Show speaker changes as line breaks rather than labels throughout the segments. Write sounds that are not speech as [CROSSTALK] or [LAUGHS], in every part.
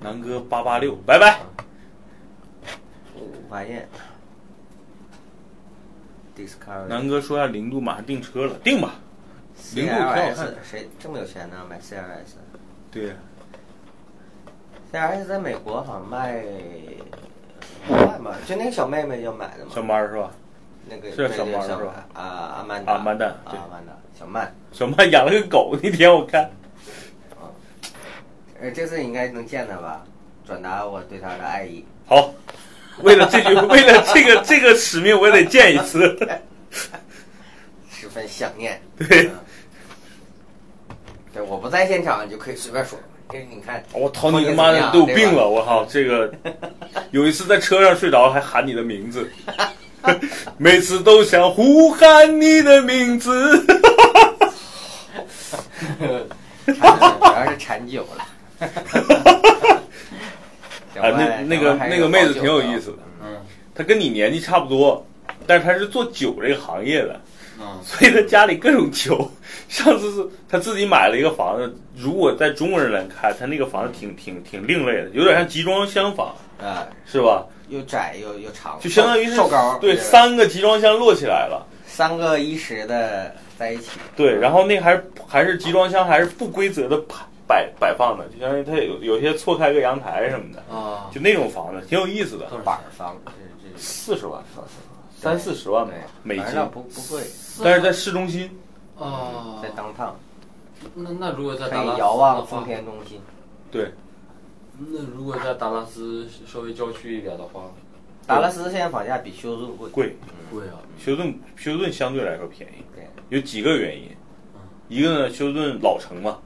南哥八八六，拜拜。
我发现 Discovery
南哥说要零度，马上订车了，订吧。零度挺好看
CLS 谁这么有钱呢？买 CLS？CLS
对，
在美国好像卖卖嘛，就那个小妹妹要买的嘛，
小曼儿是吧？
那个
是小曼
那个
儿
小
是吧
啊，阿曼达，
阿曼达
啊
对
阿曼达，小曼。
小曼养了个狗，那天我看。
呃，这次应该能见她吧？转达我对她的爱意。
好，为了这句， [LAUGHS] 为了这个这个使命，我也得见一次。
十分想念。
对
嗯，对，我不在现场，你就可以随便说。这你看，
[LAUGHS] 我操你他妈的都有病了！我靠，这个有一次在车上睡着，还喊你的名字， [LAUGHS] 每次都想呼喊你的名字。
[LAUGHS]
哎
对吧，主要是馋酒了。小
啊，
麦
那那个
小麦还
那
是
个
有
妹子
好酒
挺有意思的，
嗯
她跟你年纪差不多，但是她是做酒这个行业的，
嗯，
所以她家里各种酒。 [LAUGHS] 上次是她自己买了一个房子，如果在中国人来看，她那个房子挺挺挺另类的，有点像集装箱房，
啊，
是吧？
又窄又又长，
就相当于是
瘦瘦高，
对，
三
三个集装箱摞起来了。
三个一十的在一起。
对，然后那个还是还是集装箱，还是不规则的摆摆摆放的，就相当于它有有些错开个阳台什么的，
啊，
就那种房子挺有意思的，
板儿房，这这
四十万，三四十万吧美
对反正
金
倒，不不贵，
但是在市中心，
啊，
在当趟
那那如果在
可
达拉
以
斯啊
遥望
啊
的话
丰田中心。
对，
那如果在达拉斯稍微郊区一点的话，
达拉斯现在房价比休斯顿贵，
贵。
贵啊，
休斯顿休斯顿相对来说便宜，
对，
有几个原因，
嗯
一个呢，休斯顿老城嘛，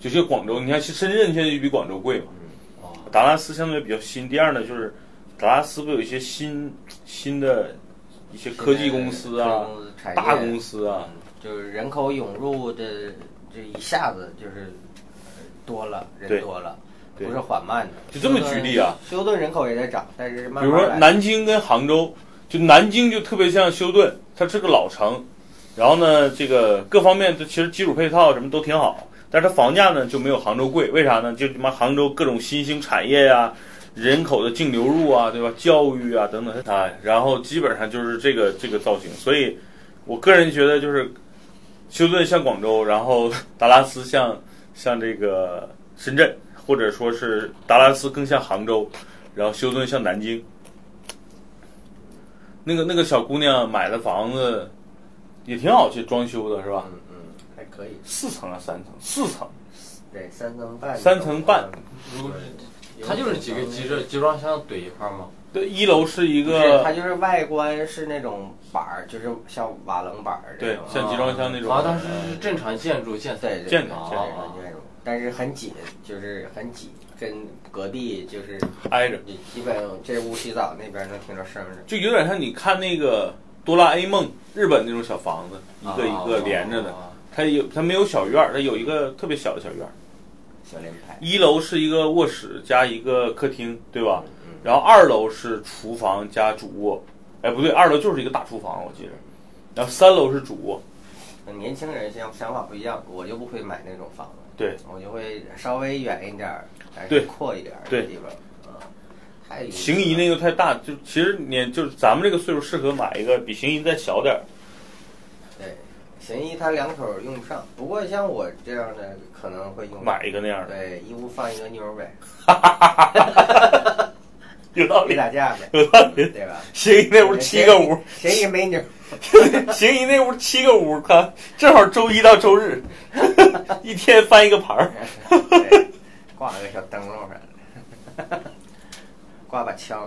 就像广州，你看深圳现在就比广州贵嘛，
嗯
啊，
哦
达拉斯相对比较新。第二呢，就是达拉斯不有一些新新的一些科技公司啊
科技公司、产业
大公司啊，
就是人口涌入的这一下子就是呃多了，
对
人多了，
对
不是缓慢的。
就这么举例啊，
休顿人口也在涨，但是
比
慢
如
慢
说
来嗯
南京跟杭州，就南京就特别像休顿，它是个老城，然后呢，这个各方面它其实基础配套什么都挺好，但是它房价呢就没有杭州贵，为啥呢？就他妈杭州各种新兴产业呀、人口的净流入啊，对吧？教育啊等等啊，然后基本上就是这个这个造型，所以我个人觉得就是休顿像广州，然后达拉斯像像这个深圳，或者说是达拉斯更像杭州，然后休顿像南京。那个那个小姑娘买的房子也挺好，去装修的是吧？
嗯嗯还可以，
四层啊，三层，四层，
对三层半，
三层半
如果是它就是几个集装集装箱怼一块儿嘛，
对，一楼是一
不是，它
个，
就是外观是那种板儿，就是像瓦楞板儿这
对
种，啊，
像集装箱那种
啊，但是是正常建筑建啊
对哦对
建筑建
对对
筑
建筑，但是很紧，就是很挤，跟隔壁就是
挨着，
你基本这屋洗澡那边能听着声儿的。
就有点像你看那个《哆啦 A 梦》日本那种小房子，一个一个连着的。
啊
它有它没有小院儿，它有一个特别小的小院儿。
小连排，
一楼是一个卧室加一个客厅，对吧？然后二楼是厨房加主卧，哎，不对，二楼就是一个大厨房，我记得。然后三楼是主卧，
年轻人想想法不一样，我就不会买那种房子，
对
我就会稍微远一点儿，但
对
是阔一点儿
对
的地方，啊，太有意思
行仪那个太大，就其实你就是咱们这个岁数适合买一个比行仪再小点儿。
了对，行医它两口儿用不上，不过像我这样的可能会用
买一个那样的，
对，一屋放一个妞儿呗，
有道
没
理。
打架
[LAUGHS]
呗，
有道理
对吧？
行仪那屋七个屋，
谁也没妞
[LAUGHS]
儿，
行仪那屋七个屋，看正好周一到周日， [LAUGHS] 一天翻一个盘儿。
对挂个小灯笼啥的， [LAUGHS] 挂把枪，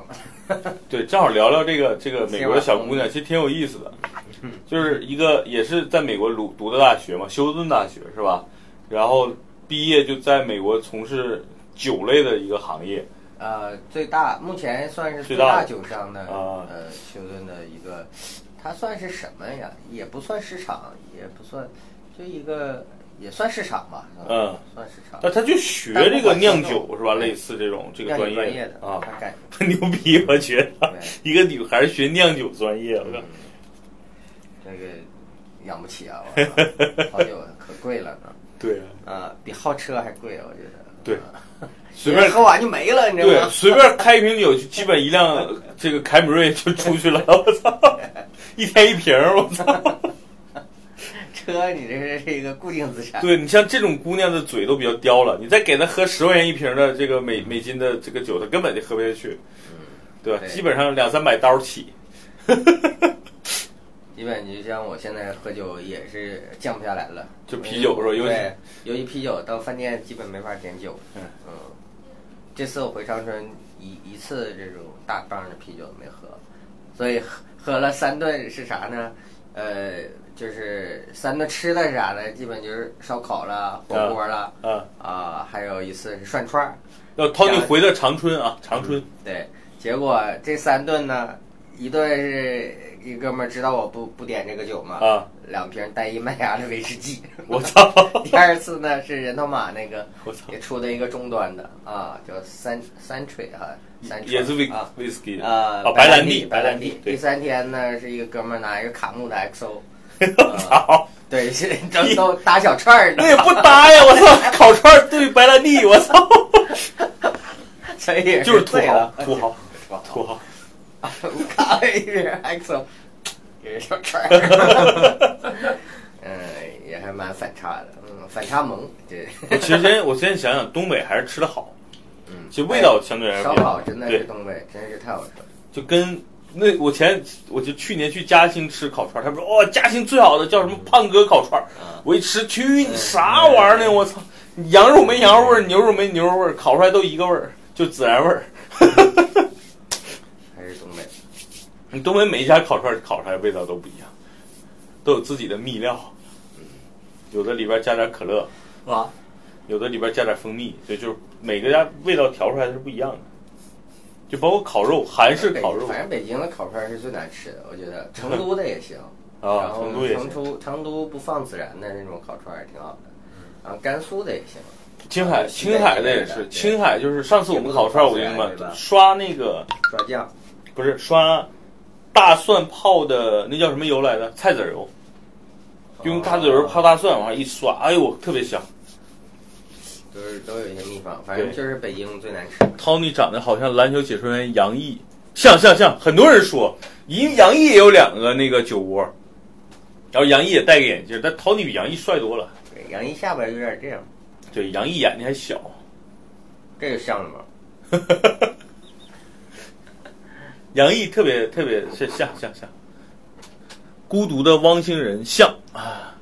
对，正好聊聊这个这个
啊
美国的小姑娘，其实挺有意思的，
嗯
就是一个也是在美国读读的大学嘛，休斯顿大学是吧？然后毕业就在美国从事酒类的一个行业，
呃，最大目前算是
最
最
大
大
的
酒商的
啊
呃休顿的一个，它算是什么呀？也不算市场，也不算，就一个也算市场吧，
嗯，
算市场。
那她就学这个酿酒是吧？类似这种这个
酿酒专
业
的嗯
啊
他，干
[LAUGHS] 牛逼！我觉得 [LAUGHS] 一
对
个女孩学酿酒专业，我靠
嗯，这个养
[LAUGHS]
不起啊！我好酒可贵了呢，
对啊，
啊，比好车还贵，我觉得。
对，随便
喝完就没了，你知
对
道吗？
随便开一瓶酒，就基本一辆这个凯美瑞就出去了。我
[LAUGHS]
操，一天一瓶儿，我操。
[LAUGHS] 车你这个是一个固定资产，
对你像这种姑娘的嘴都比较刁了，你再给她喝十块钱一瓶的这个
嗯
美美金的这个酒，她根本就喝不下去，对吧？
对
基本上两三百刀
[LAUGHS]
起。啊
基本就像我现在喝酒也是降不下来了，
就啤酒是吧尤其
对，尤其啤酒到饭店基本没法点酒。
嗯
嗯，这次我回长春一一次这种大缸的啤酒都没喝，所以喝喝了三顿是啥呢？呃，就是三顿吃的是啥呢？基本就是烧烤啦、火锅啦，
啊，
啊、还有一次是涮串儿。
要涛你
两
回到长春啊，长春，
对，结果这三顿呢，一顿是一哥们儿知道我不不点这个酒嘛，
啊，
两瓶单一麦芽的威士忌。
我操，
第二次呢是人头马
[LAUGHS]
那个
我操，
也出的一个终端的啊，叫三三锤哈， [LAUGHS] 三锤
也是威
啊
威士忌
啊
白兰
地
白
兰
地，
第
对，
三天呢是一个哥们儿拿一个卡木的 XO，
我操，
[LAUGHS]
[LAUGHS]
对，是都都打小串儿的
那，也不搭呀，我操，烤串儿对白兰地，我操，
所以
[LAUGHS]
也
就是土
醉
豪
哎了，，哎
土豪，
土豪
土豪，
[LAUGHS] 我咖啡一瓶 XO，给人小串儿，
[LAUGHS]
嗯，也还蛮反差的，嗯，反差萌，这 [LAUGHS]
我其实现在我现在想想，东北还是吃的好，
嗯，哎
其实味道相对来说
烧
比较
烤真的
对
是东北，真是太好吃了，
就跟那我前我就去年去嘉兴吃烤串儿，他们说哦嘉兴最好的叫什
嗯
么胖哥烤串儿，
啊
我一吃去你啥玩意
嗯
儿呢？我操，羊肉没羊肉味儿，牛肉没牛肉味儿，烤出来都一个味儿，就孜然味儿。
还是东北。嗯
你 [LAUGHS] 东北每一家烤串儿烤出来味道都不一样，都有自己的秘料，
嗯
有的里边加点可乐，
哇，
有的里边加点蜂蜜，所以就是每个家味道调出来的是不一样的。就包括烤肉，韩式烤肉啊
反正北京的烤串儿是最难吃的，我觉得成都的也行，
[LAUGHS]
然
啊，
后
成都也行，
成都成都不放孜然的那种烤串儿也挺好的，
嗯
然后甘肃的也行，
青海青海的也是，
对
青海就是上次我们烤串儿，我跟你
对吧
们刷那个
刷酱
不是刷大蒜泡的那叫什么油来着？菜籽油，用大籽
哦
油泡大蒜往上一刷，哎呦，特别香。
都是都有一些秘方，反正
对
就是北京最难吃。
Tony 长得好像篮球解说员杨毅，像像像，很多人说一杨毅也有两个那个酒窝，然后杨毅也戴个眼镜，但 Tony 比杨毅帅多了。
对杨一下巴有点这样，
对，杨毅眼睛还小，
这个像了吗？
杨毅特别特别是像像像，孤独的汪星人像啊，